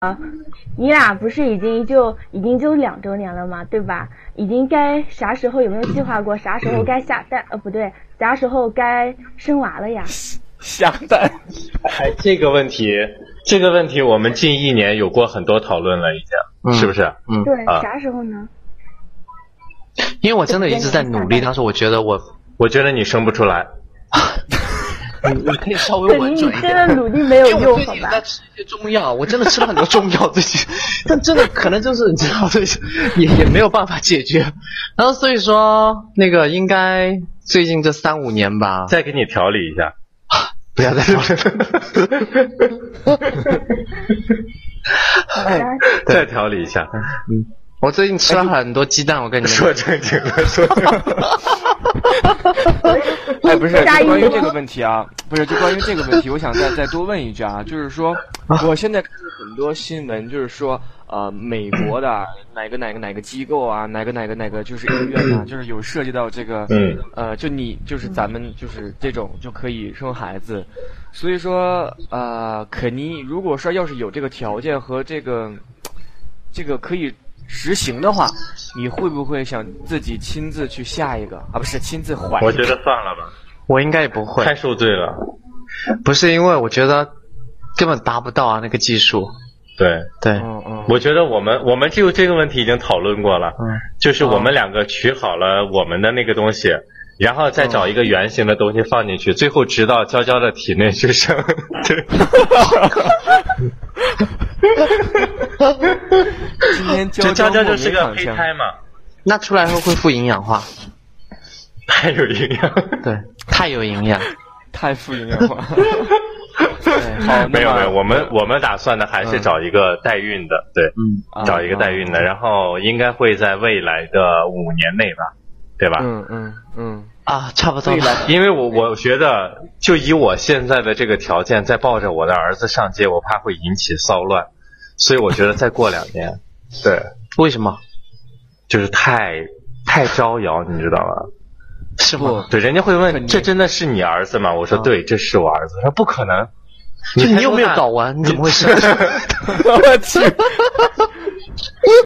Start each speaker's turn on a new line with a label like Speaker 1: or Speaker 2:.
Speaker 1: 啊，你俩不是已经就已经就两周年了嘛，对吧？已经该啥时候有没有计划过啥时候该下蛋？呃，不对，啥时候该生娃了呀？
Speaker 2: 下蛋，
Speaker 3: 哎，这个问题，这个问题我们近一年有过很多讨论了，已经，
Speaker 4: 嗯
Speaker 3: 是不是？
Speaker 4: 嗯，
Speaker 1: 对，
Speaker 3: 啊
Speaker 1: 啥时候呢？
Speaker 4: 因为我真的一直在努 力，但是我觉得我，
Speaker 3: 我觉得你生不出来，
Speaker 4: 你你可以稍微
Speaker 1: 对，
Speaker 4: 稳
Speaker 1: 你
Speaker 4: 准
Speaker 1: 你
Speaker 4: 一
Speaker 1: 真的
Speaker 4: 点。
Speaker 1: 努力没有
Speaker 4: 因为我
Speaker 1: 用，
Speaker 4: 最
Speaker 1: 好
Speaker 4: 近
Speaker 1: 吧
Speaker 4: 在？吃一些中药，我真的吃了很多中药，最近， 但真的可能就是你知道，最近也也没有办法解决。然后所以说，那个应该最近这三五 年吧，
Speaker 3: 再给你调理一下。
Speaker 4: 不要再说了。
Speaker 1: 好的，
Speaker 3: 再调理一下，
Speaker 4: 我最近吃了很多鸡蛋，我跟你们
Speaker 1: 哎
Speaker 3: 说正经的，说正经的。
Speaker 2: 哎，不是，
Speaker 1: 下
Speaker 2: 就
Speaker 1: 一
Speaker 2: 关于
Speaker 1: 个
Speaker 2: 这个问题啊，不是，就关于这个问题，我想再再多问一句啊，就是说，我现在看很多新闻，就是说，呃，美国 的哪个哪个哪个机构啊，哪个哪个哪个就是医院啊，就是有涉及到这个，
Speaker 3: 嗯，
Speaker 2: 呃，就你就是咱们就是这种就可以生孩子，所以说，呃，肯尼如果说要是有这个条件和这个这个可以实行的话，你会不会想自己亲自去下一个啊？不是亲自怀一个？
Speaker 3: 我觉得算了吧，
Speaker 4: 我应该也不会，
Speaker 3: 太受罪了。
Speaker 4: 不是因为我觉得根本达不到啊那个技术。
Speaker 3: 对，
Speaker 4: 对，
Speaker 1: 哦
Speaker 2: 嗯嗯，
Speaker 3: 我觉得我们我们就这个问题已经讨论过了，
Speaker 4: 嗯
Speaker 3: 就是我们两个取好了我们的那个东西，然后再找一个圆形的东西放进去，最后直到娇娇的体内去 生。对，
Speaker 2: 今天娇
Speaker 3: 就娇娇
Speaker 2: 莫
Speaker 3: 就
Speaker 2: 名
Speaker 3: 是个
Speaker 2: 好
Speaker 3: 胚
Speaker 2: 像
Speaker 3: 胎嘛，
Speaker 4: 那出来后恢复营养化，
Speaker 3: 太有营养。
Speaker 4: 对，太有营养。
Speaker 2: 太富营养 化。
Speaker 4: 嗯
Speaker 2: 对，好，
Speaker 3: 没有没有，我
Speaker 2: 们
Speaker 3: 们我们打算的还是
Speaker 2: 嗯
Speaker 3: 找一个代孕的，对，
Speaker 4: 嗯，
Speaker 3: 找一个代孕的，然后应该会在未来的五年内吧，对吧？
Speaker 2: 嗯嗯 嗯，
Speaker 4: 啊，差不多了。
Speaker 3: 因为我我觉得，就以我现在的这个条件，再抱着我的儿子上街，我怕会引起骚乱，所以我觉得再过两 年，对，
Speaker 4: 为什么？
Speaker 3: 就是太太招摇，你知道吗？
Speaker 4: 是
Speaker 2: 不
Speaker 4: 吗？
Speaker 3: 对，人家会
Speaker 2: 肯
Speaker 3: 问
Speaker 2: 定
Speaker 3: 这真的是你儿子吗？我说
Speaker 4: 啊
Speaker 3: 对，这是我儿子。他说不可能，
Speaker 4: 就
Speaker 3: 才
Speaker 4: 你又
Speaker 3: 多
Speaker 4: 没 有
Speaker 3: 大
Speaker 4: 搞完，你怎么会生？
Speaker 2: 我去，